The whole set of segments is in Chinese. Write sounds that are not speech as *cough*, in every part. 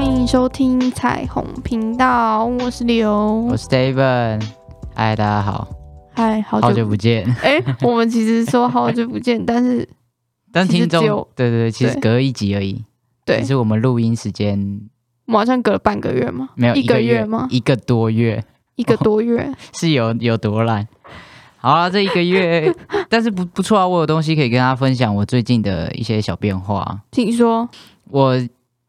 迎收听彩虹频道，我是刘我。是 Steven，嗨，大家好，嗨，好好久久不不见。 *laughs* 哎、我们其实说好久不见，但是但其实听众只有对对对，其实对隔一集而已，对 *laughs* 只是我们录音时间我们好像隔了半个月吗？没有一个哦月吗？一个多月 *laughs* 一个多月。是有有多烂。好啊，这一个月， *laughs* 但是不不错啊，我有东西可以跟大家分享，我最近的一些小变化。请说，我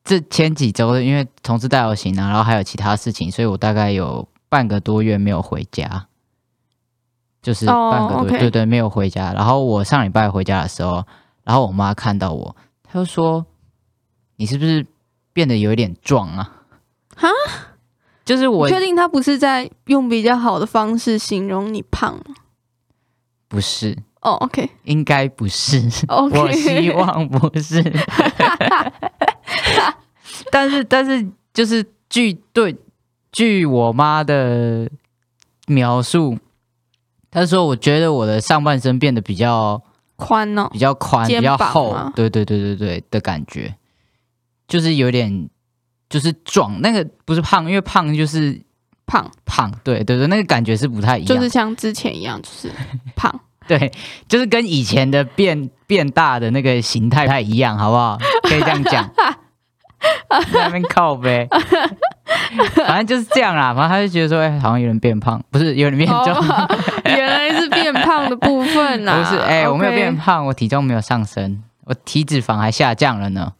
这前几周因为同事带我行啊，然后还有其他事情，所以我大概有半个多月没有回家，就是哦半个多月 OK 对对，没有回家。然后我上礼拜回家的时候，然后我妈看到我，她就说：“你是不是变得有一点壮啊？”哈，就是我你确定他不是在用比较好的方式形容你胖吗？不是，哦，OK，OK、应该不是。 o k 我 o k 希望不是， *laughs* 但是但是就是据对据我妈的描述，她说我觉得我的上半身变得比较 *laughs* 宽哦，比较宽、肩比膀较厚吗，对对对对对的感觉，就是有点就是壮，那个不是胖，因为胖就是胖胖，对对对，那个感觉是不太一样，就是像之前一样，就是胖。对，就是跟以前的变变大的那个形态不太一样，好不 *laughs* 好？可以这样讲。在那边 *laughs* 靠呗，反正就是这样啦。反正他就觉得说，哎、好像有点变胖，不是有 *laughs* 点变重，哦 *laughs* 原来是变胖的部分啦。 *laughs* 不是，哎、我没有变 OK。胖，我体重没有上升，我体脂肪还下降了呢。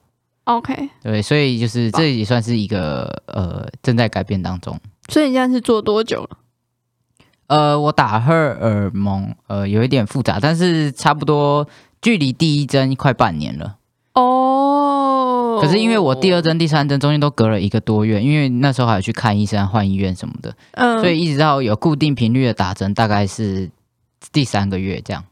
OK，对，所以就是这也算是一个呃正在改变当中。所以你现在是做多久了？呃，我打荷尔蒙，呃，有一点复杂，但是差不多距离第一针快半年了。哦，可是因为我第二针、第三针中间都隔了一个多月，因为那时候还有去看医生、换医院什么的，嗯，所以一直到有固定频率的打针，大概是第三个月这样，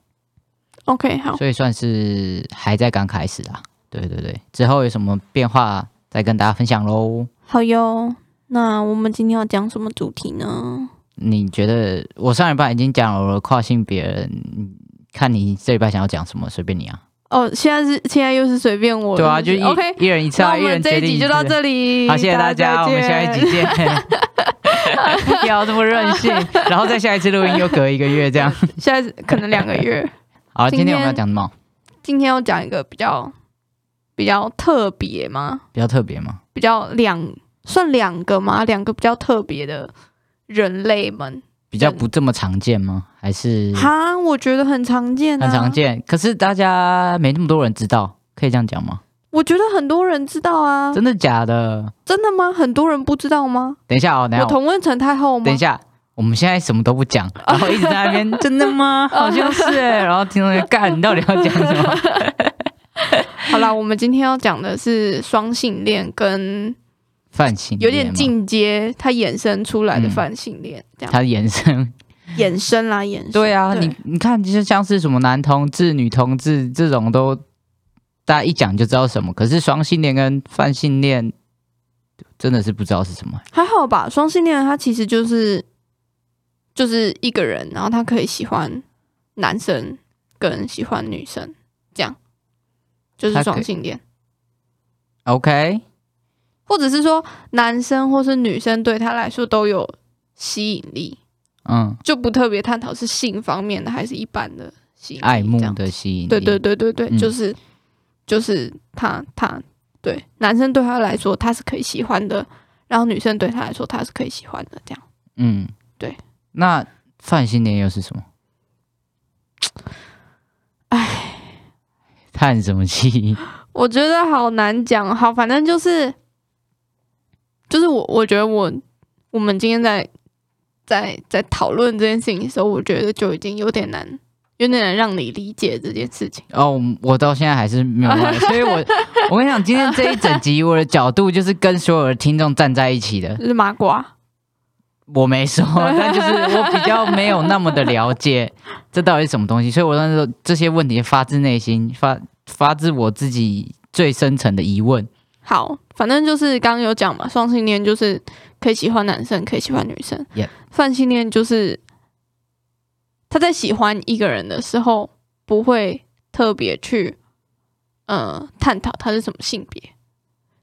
OK 好，所以算是还在刚开始啊。对对对，之后有什么变化再跟大家分享喽。好哟。那我们今天要讲什么主题呢？你觉得我上礼拜已经讲了我的跨性别人，嗯看你这礼拜想要讲什么，随便你啊。哦，现在是现在又是随便我，对啊，是就不一是 OK。一人一次那啊，我一人们这决一定集就次到这里，好，谢谢大家，我再见们下一 *laughs* 集 *laughs* 见。不要这么任 *laughs* 性，然后再下一次录音又隔一个月这样。下一次可能两个月。 *laughs* 好，今今天我们要天讲什么？今天要讲一个比较比较特别吗？比较特别吗？比较两算两个吗？两个比较特别的人类们，比较不这么常见吗？还是哈，我觉得很常见、啊，嗯很常。见？可是大家没那么多人知道，可以这样讲吗？我觉得很多人知道啊，真的假的？真的吗？很多人不知道吗？等一下哦，等一我下，同温层太厚吗？等一下。我们现在什么都不 *laughs* 讲，然后一直在那边，真的吗？好像是欸，然后听众就干，你到底要讲什 *laughs* 么？好啦，我们今天要讲的是双性恋跟泛性有恋点吗，进阶，它衍生出来的嗯泛性恋，这样它的延伸衍生啦，衍生。对啊，你你看，就像是什么男同志、女同志这种都，大家一讲就知道什么。可是双性恋跟泛性恋真的是不知道是什么。还好吧？双性恋它其实就是就是一个人，然后他可以喜欢男生跟喜欢女生，这样就是他可以双性恋， OK，或者是说男生或是女生对他来说都有吸引力，嗯，就不特别探讨是性方面的还是一般的吸引力爱慕这样的吸引力，对对对对对，嗯就是就是他他对男生对他来说他是可以喜欢的，然后女生对他来说他是可以喜欢的，这样嗯，对。那泛性恋又是什么？ *laughs* 唉，叹什么气？我觉得好难讲。好，反正就是就是我我觉得我我们今天在在在讨论这件事情的时候，我觉得就已经有点难，有点难让你理解这件事情。哦，我到现在还是没有办法，所以 *laughs* 我我跟你讲，今天这一整集我的角度就是跟所有的听众站在一起的，就是麻瓜，我没说，但就是我比较没有那么的了解 *laughs* 这到底是什么东西，所以我那时候这些问题发自内心，发发自我自己最深层的疑问。好，反正就是刚刚有讲嘛，双性恋就是可以喜欢男生，可以喜欢女生。 Yep 泛性恋就是他在喜欢一个人的时候，不会特别去呃探讨他是什么性别，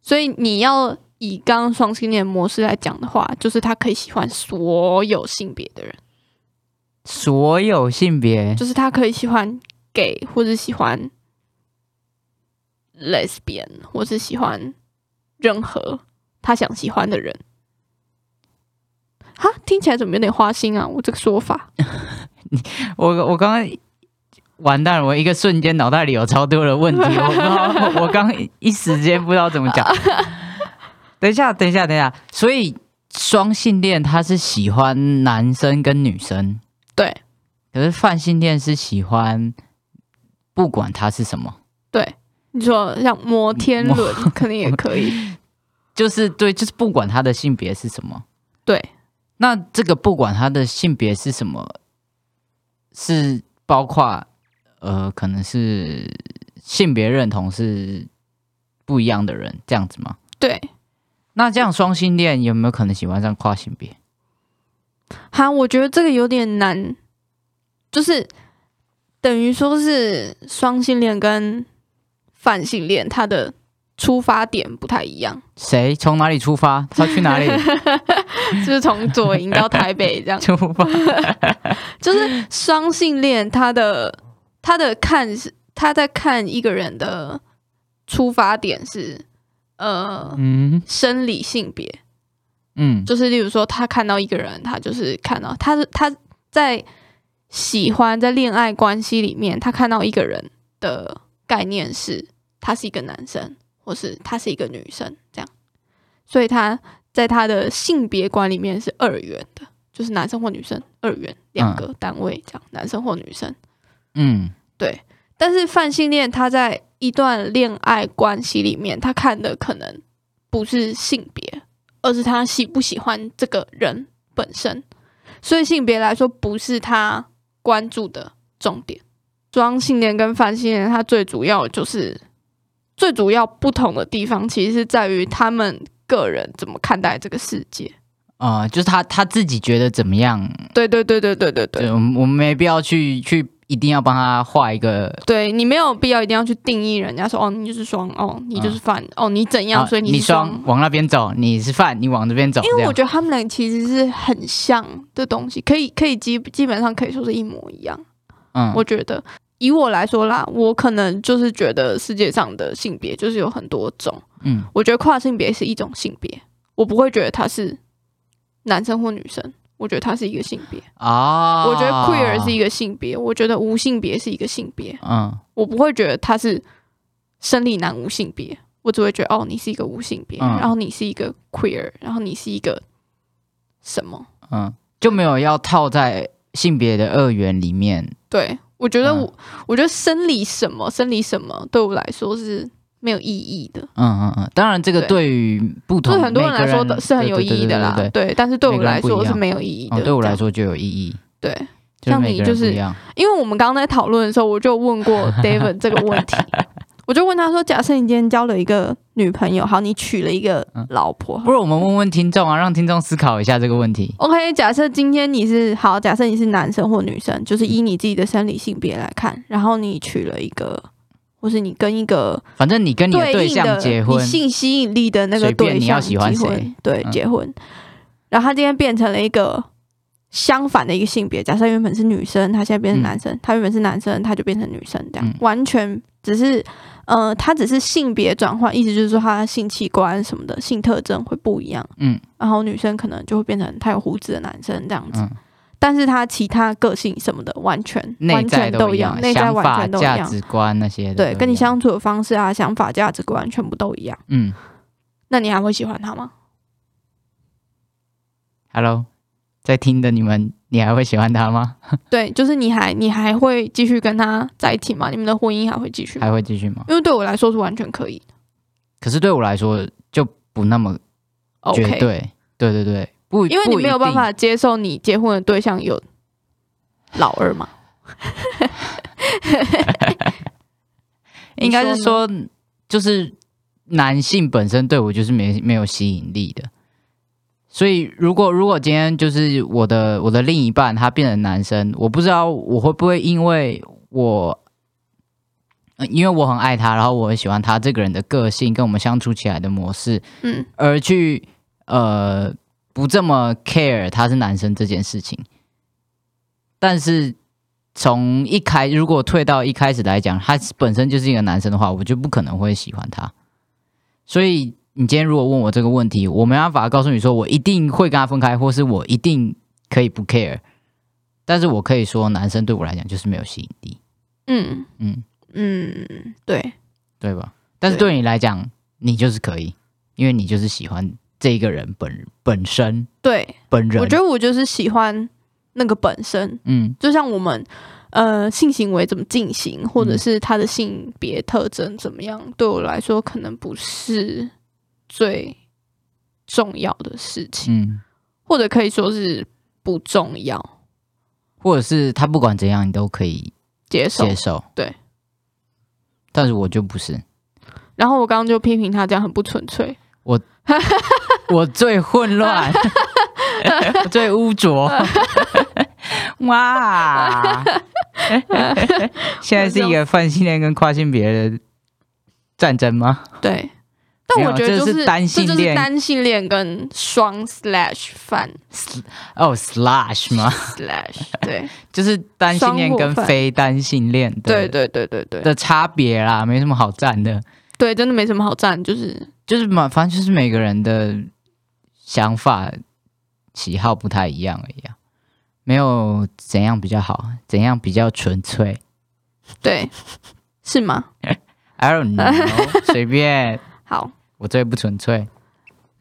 所以你要以刚刚双性恋模式来讲的话，就是他可以喜欢所有性别的人，所有性别就是他可以喜欢 gay 或者喜欢 lesbian，或是喜欢任何他想喜欢的人。哈，听起来怎么有点花心啊？我这个说法，我我刚刚完蛋了，我一个瞬间脑袋里有超多的问题，我不知道我刚一时间不知道怎么讲。等一下，等一下，等一下，所以双性恋他是喜欢男生跟女生，对可是泛性恋是喜欢不管他是什么，对，你说像嗯摩天轮肯定也可以，就是对，就是不管他的性别是什么。对，那这个不管他的性别是什么，是包括呃，可能是性别认同是不一样的人这样子吗？对，那这样双性恋有没有可能喜欢上跨性别？哈，我觉得这个有点难，就是等于说是双性恋跟泛性恋，它的出发点不太一样， *laughs* 谁从哪里出发？他去 *laughs* 哪里就是从左营到台北这样。出发？就是双性恋，他的他的看是他在看一个人的出发点是呃嗯生理性别，嗯就是例如说，他看到一个人，他就是看到他是他在喜欢在恋爱关系里面，他看到一个人的概念是他是一个男生，或是他是一个女生这样，所以他在他的性别观里面是二元的，就是男生或女生二元两个单位这样，男生或女生。嗯，但是泛性恋他在一段恋爱关系里面，他看的可能不是性别，而是他喜不喜欢这个人本身。所以性别来说，不是他关注的重点。双性恋跟泛性恋，它最主要就是最主要不同的地方，其实是在于他们个人怎么看待这个世界。啊、就是他他自己觉得怎么样？对对对对对对对对，我们我们没必要去去一定要帮他画一个对你没有必要一定要去定义人家说哦，你就是双哦，你就是泛、哦，你怎样，啊所以你是双往那边走，你是饭，你往这边走，因这为样我觉得他们俩其实是很像的东西，可以可以基基本上可以说是一模一样。嗯，我觉得以我来说啦，我可能就是觉得世界上的性别就是有很多种，嗯我觉得跨性别是一种性别，我不会觉得他是男生或女生，我觉得他是一个性别。啊，我觉得 queer 是一个个性别，我觉得无性别是一个性别，嗯我不会觉得他是生理男无性别，我只会觉得哦，你是一个无性别，嗯然后你是一个 queer，然后你是一个什么？嗯，就没有要套在性别的二元里面，对我觉得嗯我、我觉得生理什么生理什么对我来说是没有意义的，嗯嗯嗯，当然这个对对于不同对很多人来说每个的是很有意义的啦，对对对对对但是对我来每个人不说一样是没有意义的。哦，对我来这样，说就有意义，对，就是每像你个就人不是一样，因为我们刚刚在讨论的时候，我就问过 *laughs* David 这个问题，我就问他说：假设你今天交了一个女朋友，好，你娶了一个嗯老婆。不如我们问问听众啊，让听众思考一下这个问题， OK，假设今天你是好，假设你是男生或女生，就是嗯以你自己的生理性别来看，然后你娶了一个，或是你跟一个反正你跟你的对对应的象结婚你，性吸引力的那个随便对你象要喜欢结婚谁对，嗯结婚。然后他今天变成了一个相反的一个性别，假设原本是女生，他现在变成男生；他原本是男生，他就变成女生，这样、嗯完全只是呃，他只是性别转换，意思就是说他的性器官什么的性特征会不一样。嗯，然后女生可能就会变成他有胡子的男生这样子，嗯，但是他其他个性什么的完全内完在全都一样，内在想完法、全都一样价，值观那些的都一对，样，跟你相处的方式啊、想法、价值观全部都一样。嗯那你还会喜欢他吗？ ，Hello，在听的你们，你还会喜欢他吗？对，就是你还你还会继续跟他在一起吗？你们的婚姻还会继续吗？还会继续吗？因为对我来说是完全可以的。可是对我来说就不那么绝 OK，对，对对对，不，因为你没有办不一法接受你结婚的对象有老二 *laughs* 嘛。定，应该是你说说就是男性本身对我就是没没有吸引力的。所以，如果如果今天就是我的我的另一半他变成男生，我不知道我会不会因为我，呃因为我很爱他，然后我很喜欢他这个人的个性跟我们相处起来的模式，嗯而去呃不这么 care 他是男生这件事情。但是从一开，如果退到一开始来讲，他本身就是一个男生的话，我就不可能会喜欢他。所以你今天如果问我这个问题，我没办法告诉你说我一定会跟他分开，或是我一定可以不 care。但是我可以说，男生对我来讲就是没有吸引力，嗯嗯，嗯，对，对吧？但是对对你来讲，你就是可以，因为你就是喜欢这一个人本本身对，本人。我觉得我就是喜欢那个本身，嗯就像我们呃性行为怎么进行，或者嗯是他的性别特征怎么样，对我来说可能不是最重要的事情，嗯，或者可以说是不重要，或者是他不管怎样，你都可以接受。接受。对，但是我就不是。然后我刚刚就批评他这样很不纯粹，我最 *laughs* 混乱，我最污浊，哇！现在是一个泛性恋跟跨性别的战争吗？对。但没有啊我觉得这就是单性这就是恋单性恋跟双 slash 反哦、s l a s h 吗？ slash *laughs* 对就是单性恋跟非单性恋的对对对对对的差别啦，没什么好站的，对，真的没什么好赞，就是就是嘛，反正就是每个人的想法喜好不太一样而已啊，没有怎样比较好，怎样比较纯粹。对是吗？ I don't *laughs* know，随便，好，我最不纯粹。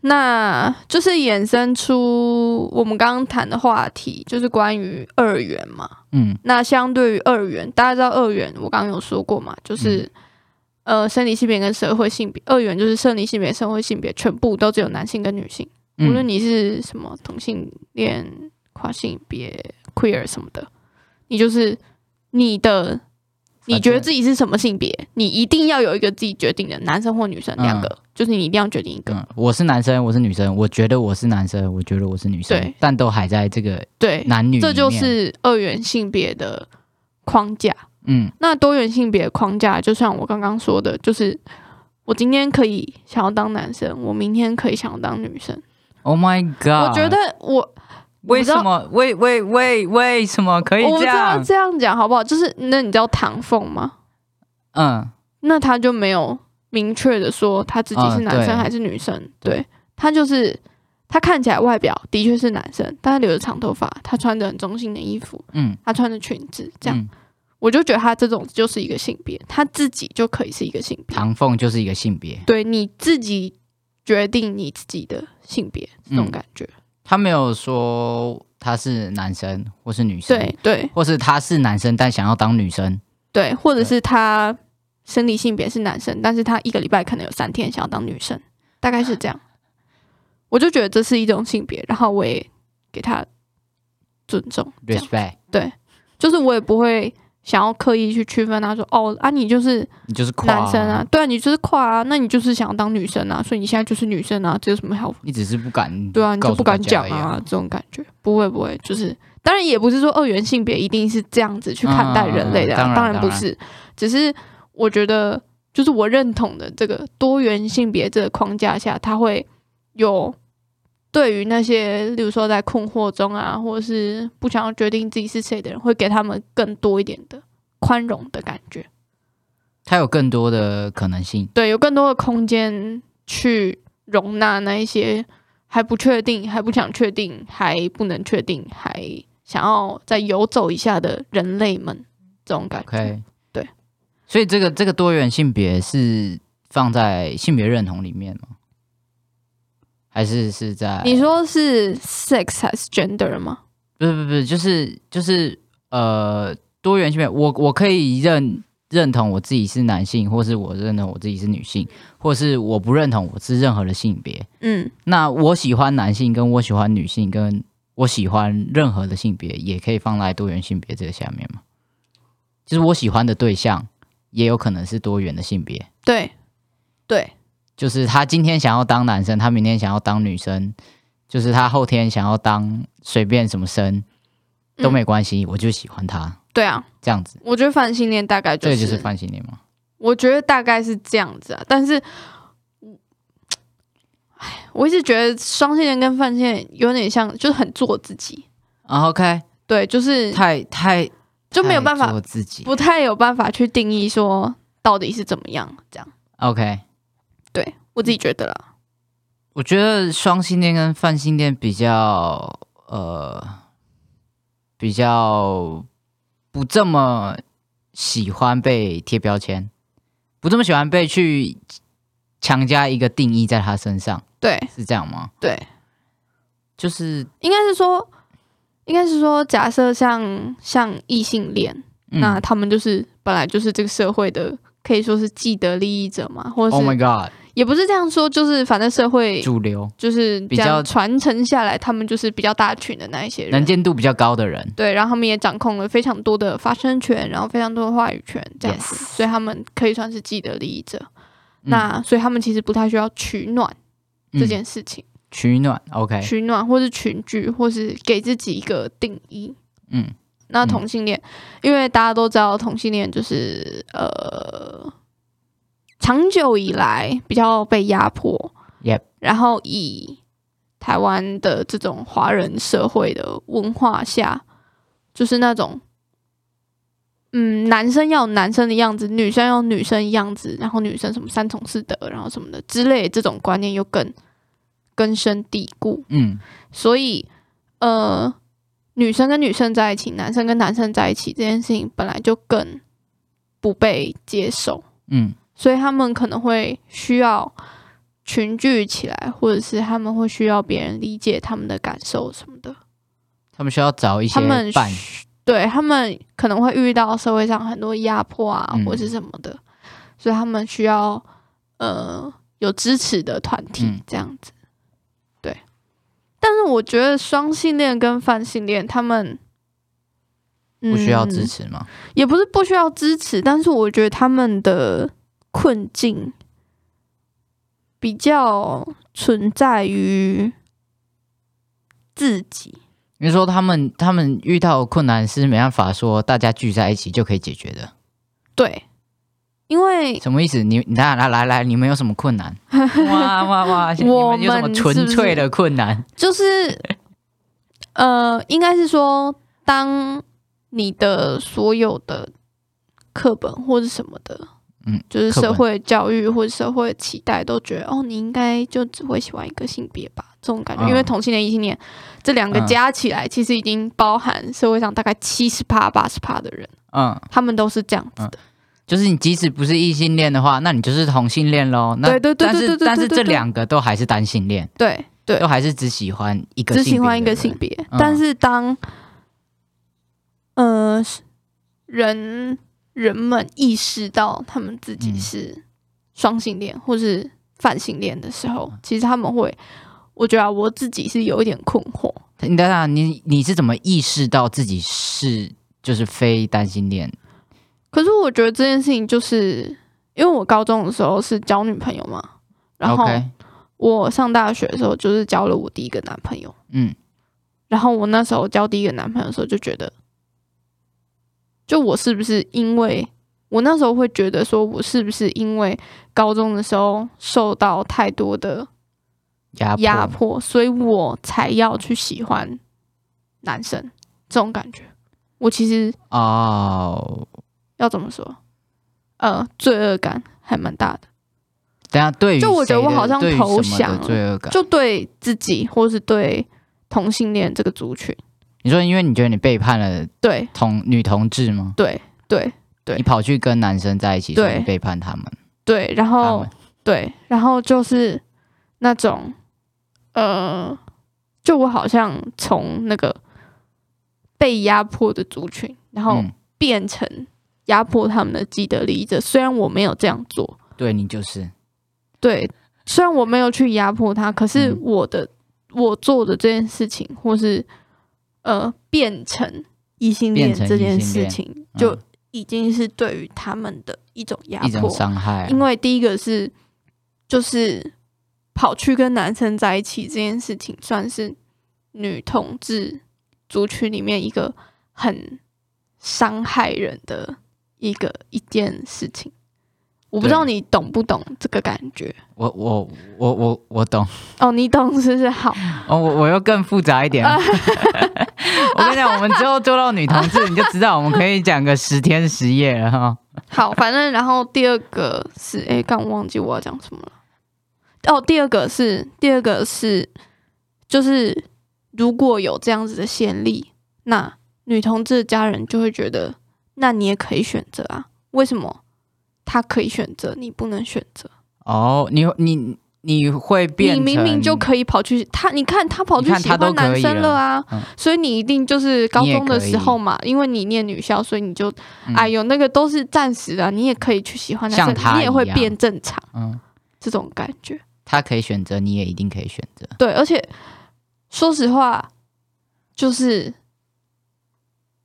那就是衍生出我们刚刚谈的话题，就是关于二元嘛。嗯那相对于二元，大家知道二元，我刚刚有说过嘛，就是、嗯呃生理性别跟社会性别，二元就是生理性别、社会性别全部都只有男性跟女性，无论嗯你是什么同性恋、跨性别、queer 什么的，你就是你的。你觉得自己是什么性别？你一定要有一个自己决定的，男生或女生两个，就是你一定要决定一个。嗯，我是男生，我是女生，我觉得我是男生，我觉得我是女生对，但都还在这个对，男女里这嗯面。就是二元性别的框架。嗯那多元性别框架，就像我刚刚说的，就是我今天可以想要当男生，我明天可以想要当女生。 ，Oh my God！我觉得我为什我不知么？为为为为什么可以我不这知道样？这样讲好不好？就是那你知道唐凤吗？嗯，那他就没有明确的说他自己是嗯男对生还是女生，对他就是他看起来外表的确是男生，但他留着长头发，他穿着很中性的衣服，嗯，他穿着裙子，这样、嗯我就觉得他这种就是一个性别，他自己就可以是一个性别。唐凤就是一个性别，对你自己决定你自己的性别这种嗯感觉。他没有说他是男生或是女生，对，对或是他是男生但想要当女生，对，或者对是他生理性别是男生，但是他一个礼拜可能有三天想要当女生，大概是这样。我就觉得这是一种性别，然后我也给他尊重，这样 respect，就是我也不会想要刻意去区分他说哦啊你就是你就是跨男生啊，，对啊你就是跨啊，那你就是想要当女生啊，所以你现在就是女生啊，这有什么好你只是不敢，对啊，你就不敢讲啊，，这种感觉不会不会，就是当然也不是说二元性别一定是这样子去看待人类的啊、嗯嗯嗯嗯当当然不是，只是我觉得就是我认同的这个多元性别这个框架下，它会有对于那些例如说在困惑中啊，或者是不想要决定自己是谁的人，会给他们更多一点的宽容的感觉，他有更多的可能性。对，有更多的空间去容纳那一些还不确定、还不想确定、还不能确定、还想要再游走一下的人类们，这种感觉。 OK，对，所以这个这个多元性别是放在性别认同里面吗？还是是在？你说是 sex 还是 gender 吗？不是不是不是，就是就是呃，多元性别，我我可以认认同我自己是男性，或是我认同我自己是女性，或是我不认同我是任何的性别。嗯，那我喜欢男性，跟我喜欢女性，跟我喜欢任何的性别，也可以放在多元性别这个下面吗？就是我喜欢的对象，也有可能是多元的性别。对，对，就是他今天想要当男生，他明天想要当女生，就是他后天想要当随便什么生都嗯没关系，我就喜欢他对啊。这样子。我觉得泛性恋大概这就个是，就是泛性恋吗？我觉得大概是这样子啊，但是，哎，我一直觉得双性恋跟泛性恋有点像，就是很做自己，啊，OK，对，就是太太就没有办太法，做自己不太有办法去定义说到底是怎么样这样。 ，OK。对我自己觉得啦，我觉得双性恋跟泛性恋比较呃比较不这么喜欢被贴标签，不这么喜欢被去强加一个定义在他身上，对是这样吗？对，就是应该是说，应该是说，假设像像异性恋，嗯那他们就是本来就是这个社会的，可以说是既得利益者嘛，或者，Oh 是、 my God，也不是这样说，就是反正社会主流就是这比较样传承下来，他们就是比较大群的那一些能人。见度比较高的人，对，然后他们也掌控了非常多的发声权，然后非常多的话语权，这样子 Yes 所以他们可以算是既得利益者。嗯那所以他们其实不太需要取暖这嗯件事情，取暖，OK，取暖或是群聚，或是给自己一个定义。嗯那嗯同性恋，因为大家都知道同性恋就是呃，长久以来比较被压迫 Yep 然后以台湾的这种华人社会的文化下，就是那种嗯，男生要有男生的样子，女生要有女生的样子，然后女生什么三从四德，然后什么的之类的这种观念又更根深蒂固，嗯所以呃，女生跟女生在一起，男生跟男生在一起这件事情本来就更不被接受，嗯所以他们可能会需要群聚起来，或者是他们会需要别人理解他们的感受什么的。他们需要找一些他们伴，需对他们可能会遇到社会上很多压迫啊，嗯或是什么的，所以他们需要呃有支持的团体嗯这样子。对，但是我觉得双性恋跟泛性恋他们不需要支嗯持吗？也不是不需要支持，但是我觉得他们的困境比较存在于自己。你说他们他们遇到的困难是没办法说大家聚在一起就可以解决的，对，因为什么意思？你你来来来来，你们有什么 *laughs* 困难？哇哇哇！你我们有什么们纯粹的困难？就是，呃，应该是说，当你的所有的课本或者什么的，嗯，就是课本社会教育或者社会期待都觉得，哦，你应该就只会喜欢一个性别吧，这种感觉。嗯因为同性恋、异性恋这两个嗯加起来，其实已经包含社会上大概七十趴、八十趴的人，嗯，他们都是这样子的。就是你即使不是异性恋的话，那你就是同性恋喽。那对对对但对对是对但是对对这两个都还是单性恋，对对，都还是只喜欢一个只性别的人，喜欢一个性别，嗯但是当呃是人人们意识到他们自己嗯是双性恋或是泛性恋的时嗯候，其实他们会，我觉得啊我自己是有一点困惑。你等等，你你是怎么意识到自己是就是非单性恋？可是我觉得这件事情就是因为我高中的时候是交女朋友嘛，然后 OK，我上大学的时候就是交了我第一个男朋友。嗯然后我那时候交第一个男朋友的时候，就觉得，就我是不是因为我那时候会觉得说，我是不是因为高中的时候受到太多的压迫压迫，所以我才要去喜欢男生这种感觉。我其实哦。要怎么说，呃，罪恶感还蛮大的，等一下，对于就我觉得谁我的好像对于投什么的降了罪恶感。就对自己或是对同性恋这个族群，你说，因为你觉得你背叛了对同女同志吗？对对对你跑去跟男生在一起，对哦所以你背叛他们。对，然他后。们对，然后就是那种，呃，就我好像从那个被压迫的族群，然后嗯，变成压迫他们的既得利益者。虽然我没有这样做，对你就是对，虽然我没有去压迫他，可是嗯我的、我做的这件事情，或是呃，变成异性变恋成这异件性事恋情，嗯就已经是对于他们的一种压迫，一种伤害啊、因为第一个是就是跑去跟男生在一起这件事情，算是女同志族群里面一个很伤害人的一个一件事情。我不知道你懂不懂这个感觉我我我我我懂，哦，你懂是不是好？哦，我我又更复杂一点。啊我跟你 *laughs* 讲，我们之后做到女同志，你就知道我们可以讲个十天十夜了哈。好，反正然后第二个是，哎、刚我忘记我要讲什么了。哦，第二个是，第二个是，就是如果有这样子的先例，那女同志的家人就会觉得，那你也可以选择啊？为什么他可以选择，你不能选择？哦，你你你会变你成，明明就可以跑去他，你看他跑你去看喜他都欢男可以生了了啊，嗯所以你一定就是高你也中的可时候以嘛，因为你念女校，所以你就嗯哎呦，那个都是暂时的啊、你也可以去喜欢男像他生，你也会一样变正常，嗯，这种感觉。他可以选择，你也一定可以选择。对，而且说实话，就是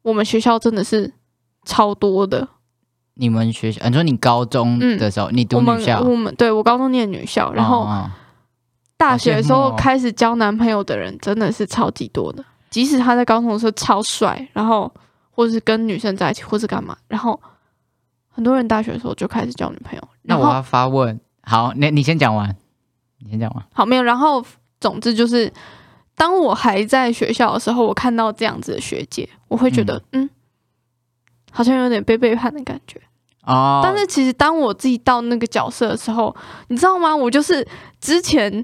我们学校真的是超多的。你们学呃校，你说你高中的时候，你我读们女校，我们对我高中念女校，然哦后哦大学的时好羡候慕哦开始交男朋友的人真的是超级多的。即使他在高中的时候超帅，然后或是跟女生在一起，或是干嘛，然后很多人大学的时候就开始交女朋友。那然我后要发问，好，你你先讲完，你先讲完。好，没有。然后，总之就是，当我还在学校的时候，我看到这样子的学姐，我会觉得，嗯好像有点被背叛的感觉。哦，但是其实，当我自己到那个角色的时候，你知道吗？我就是之前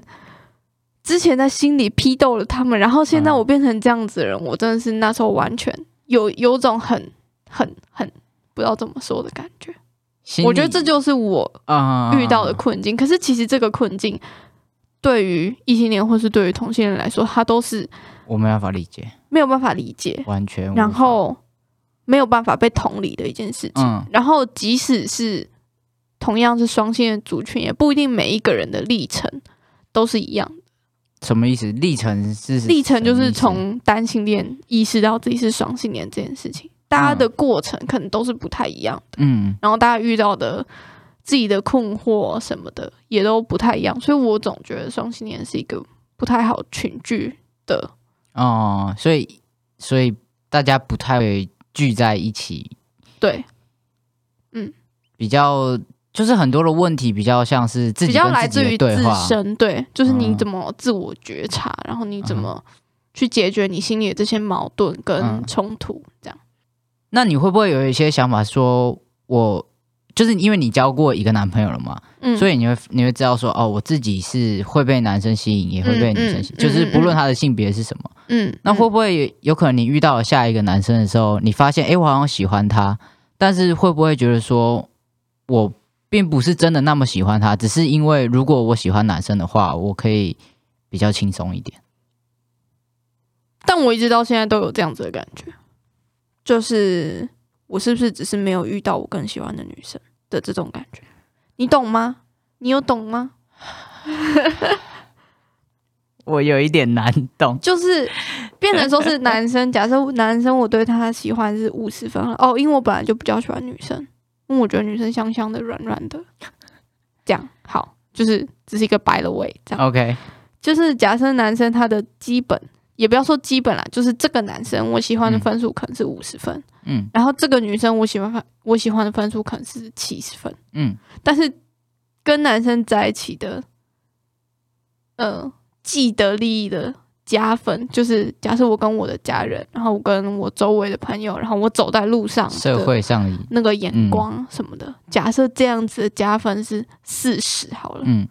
之前在心里批斗了他们，然后现在嗯我变成这样子的人，我真的是那时候完全有有种很很很不知道怎么说的感觉。心里我觉得这就是我嗯遇到的困境。可是其实这个困境对于异性恋或是对于同性恋来说，他都是我没办法理解，没有办法理解，完全无法。然后没有办法被同理的一件事情。嗯，然后即使是同样是双性恋族群，也不一定每一个人的历程都是一样的。什么意思？历程是历程就什么是意思从单性恋意识到自己是双性恋这件事情，大家的过程可能都是不太一样。嗯然后大家遇到的自己的困惑什么的也都不太一样，所以我总觉得双性恋是一个不太好群聚的。哦，所以所以大家不太会聚在一起，对，比较就是很多的问题比较像是自比己较跟来自自己于的对自话，身，对，就是你嗯怎么自我觉察，然后你怎么去解决你心里的这些矛盾跟嗯冲突，这样。那你会不会有一些想法说，我就是因为你交过一个男朋友了嘛，嗯，所以以你会你会知道说，哦，我自己是会被男生吸引，也会被女生吸引，嗯嗯就是嗯嗯不论他的性别是什么。嗯，那会嗯不会有可能你遇到了下一个男生的时候，你发现，诶，我好像喜欢他，但是会不会觉得说，我并不是真的那么喜欢他，只是因为如果我喜欢男生的话，我可以比较轻松一点。但我一直到现在都有这样子的感觉，就是我是不是只是没有遇到我更喜欢的女生的这种感觉，你懂吗？你有懂吗？我有一点难懂，就是变成说是男生，假设男生我对他喜欢是五十分哦，因为我本来就比较喜欢女生，因为我觉得女生香香的、软软的，这样好，就是只是一个 by the way，这样 *laughs* OK，就是假设男生他的基本也不要说基本啦，就是这个男生我喜欢的分数可能是五十分，嗯然后这个女生我喜欢我喜欢的分数可能是七十分，嗯，但是跟男生在一起的，呃，既得利益的加分，就是假设我跟我的家人，然后我跟我周围的朋友，然后我走在路上，社会嗯上的，那个眼光什么的，假设这样子的加分是四十好了，嗯，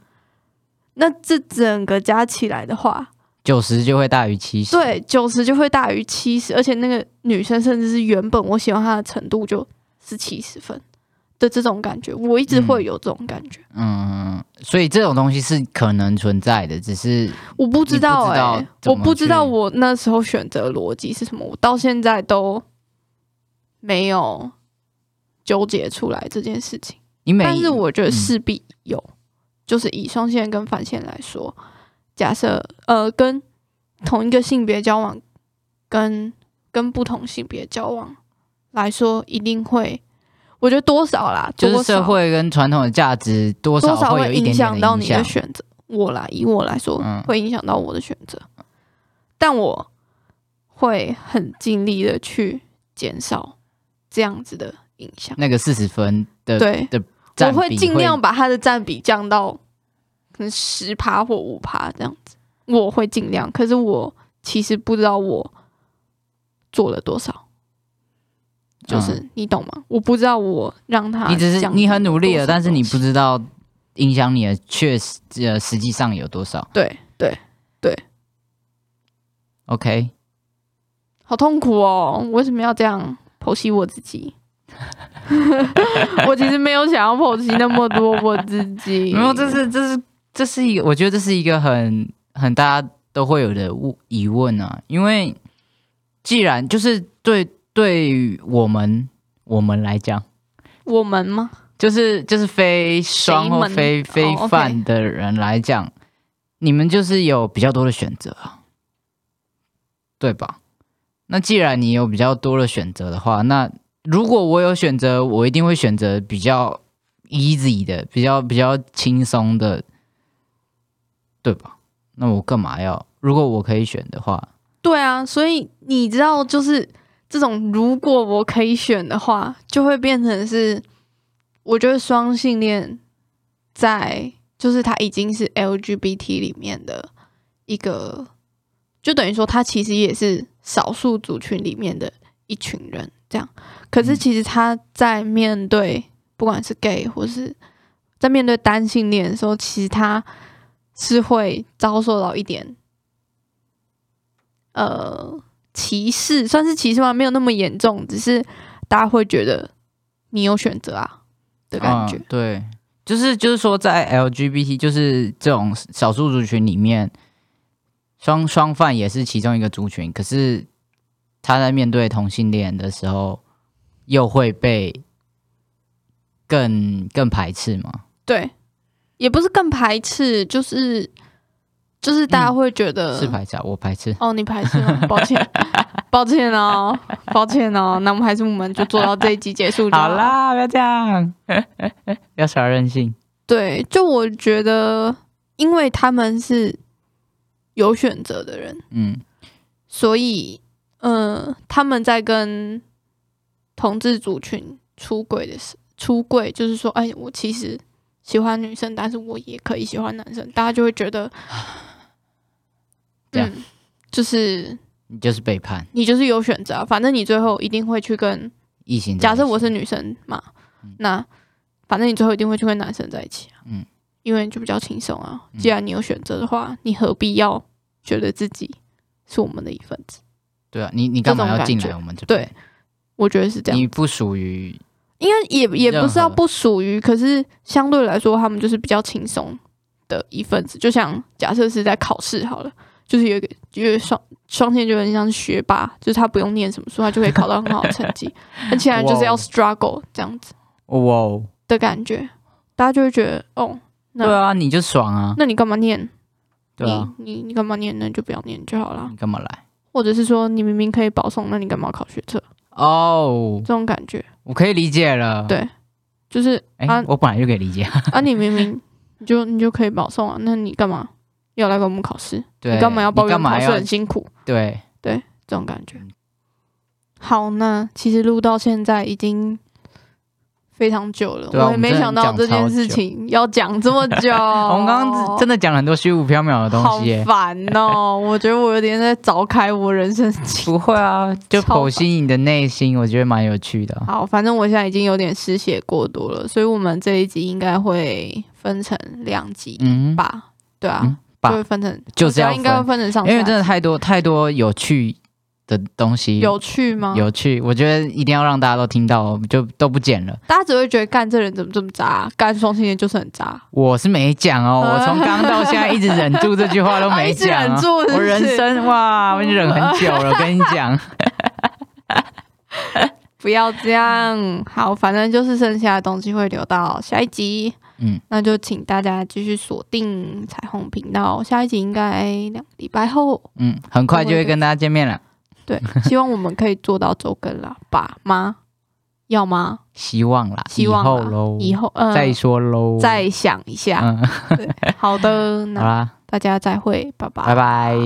那这整个加起来的话，九十就会大于七十，对，九十就会大于七十，而且那个女生甚至是原本我喜欢她的程度就是七十分的这种感觉，我一直会有这种感觉。嗯，所以这种东西是可能存在的，只是我不知道哎、你不知道怎我么不知道去我那时候选择逻辑是什么，我到现在都没有纠结出来这件事情。你每但是我觉得嗯势必有，就是以双线跟反线来说，假设呃跟同一个性别交往，跟跟不同性别交往来说，一定会，我觉得多少啦，就是多社少会跟传统的价值多多少少会有一影点点响到你的影响选择。我啦，以我来说，嗯会影响到我的选择，但我会很尽力的去减少这样子的影响。那个四十分的对的占我比会尽量把它的占比降到可能十趴或五趴这样子，我会尽量。可是我其实不知道我做了多少，就是、你懂吗？我不知道我让他嗯你只是降你很努力多了，少但是东你西不知道影响你的确实呃实际上有多少。对对， OK，好痛苦哦！我为什么要这样剖析我自己？ *laughs* 我其实没有想要剖析那么多我自己，没有，这是这是这是一个，我觉得这是一个很很大家都会有的误疑问啊，因为既然就是对对于我们我们来讲，我们吗？就是就是非双谁或们非非哦，OK 犯的人来讲，你们就是有比较多的选择啊，对吧？那既然你有比较多的选择的话，那如果我有选择，我一定会选择比较 easy 的，比较比较轻松的，对吧？那我干嘛要？如果我可以选的话，对啊，所以你知道，就是这种，如果我可以选的话，就会变成是，我觉得双性恋在就是它已经是 LGBT 里面的一个，就等于说它其实也是少数族群里面的一群人这样。可是嗯其实他在面对不管是 gay 或是在面对单性恋的时候，其实他是会遭受到一点呃歧视，算是歧视吗？没有那么严重，只是大家会觉得你有选择啊的感觉。嗯对，就是就是说，在 LGBT 就是这种少数族群里面，双双犯也是其中一个族群，可是他在面对同性恋的时候，又会被更更排斥嘛？对，也不是更排斥，就是就是大家会觉得、嗯是排斥、啊，我排斥。哦，你排斥吗？抱歉， *laughs* 抱歉哦，抱歉哦。那我们还是我们就做到这一集结束就好。啦，不要这样， *laughs* 不要耍任性。对，就我觉得，因为他们是有选择的人，嗯，所以，呃，他们在跟同志族群出轨的时，出轨就是说，哎，我其实喜欢女生，但是我也可以喜欢男生，大家就会觉得，这样嗯，就是你就是背叛你就是有选择啊、反正你最后一定会去跟异性在一起。假设我是女生嘛，那反正你最后一定会去跟男生在一起、啊，嗯因为就比较轻松啊。嗯既然你有选择的话，你何必要觉得自己是我们的一份子？对啊，你你干嘛这种要感进觉来我们这对边？我觉得是这样，你不属于应该也也任不是要何不属于，可是相对来说，他们就是比较轻松的一份子。就像假设是在考试好了，就是有一个因为双双线就有点像是学霸，就是他不用念什么书，他就可以考到很好的成 *laughs* 绩。那显然就是要哇哦 struggle 这样子哇、哦。的感觉，大家就会觉得哦，那对啊，你就爽啊，那你干嘛念？对啊，你你你干嘛念？那你就不要念就好了。你干嘛来？或者是说，你明明可以保送，那你干嘛考学测？哦、这种感觉我可以理解了。对就是哎、啊我本来就可以 *laughs* 理解。啊，你明明你就你就可以保送啊，那你干嘛要来给我们考试？对，你干嘛要抱你干怨嘛考试要很辛苦？对，这种感觉嗯。好，那其实录到现在已经非常久了，对啊我也没想到这件事情要讲这么久。 *laughs* 哦我我们刚 *laughs* 刚真的讲了很多虚无缥缈的哦好东西耶。烦哦，我觉得我有点在凿开我人生的 *laughs* 不会啊，就剖析你的内心，我觉得蛮有趣的。好，反正我现在已经有点失血过多了，所以我们这一集应该会分成两集嗯，吧？对啊，嗯吧就会分成，就我是觉要得应该会分，分成上下集，因为真的太多太多有趣的东西，有趣吗？有趣，我觉得一定要让大家都听到，就都不剪了。大家只会觉得干这人怎么这么渣，干双性恋就是很渣，我是没讲哦， *laughs* 我从刚到现在一直忍住这句话都啊没一直讲、啊，忍住是不是我人生哇，我已经忍很久了，我跟你 *laughs* 讲。不要这样。好，反正就是剩下的东西会留到下一集。嗯，那就请大家继续锁定彩虹频道，下一集应该两个礼拜后，嗯，很快就会跟大家见面了， *laughs* 对，希望我们可以做到周更啦，爸妈要吗？希望啦，希望以后啦喽，以后呃再说喽，再想一下。嗯，好好的，那啦，大家再会，拜拜。拜拜。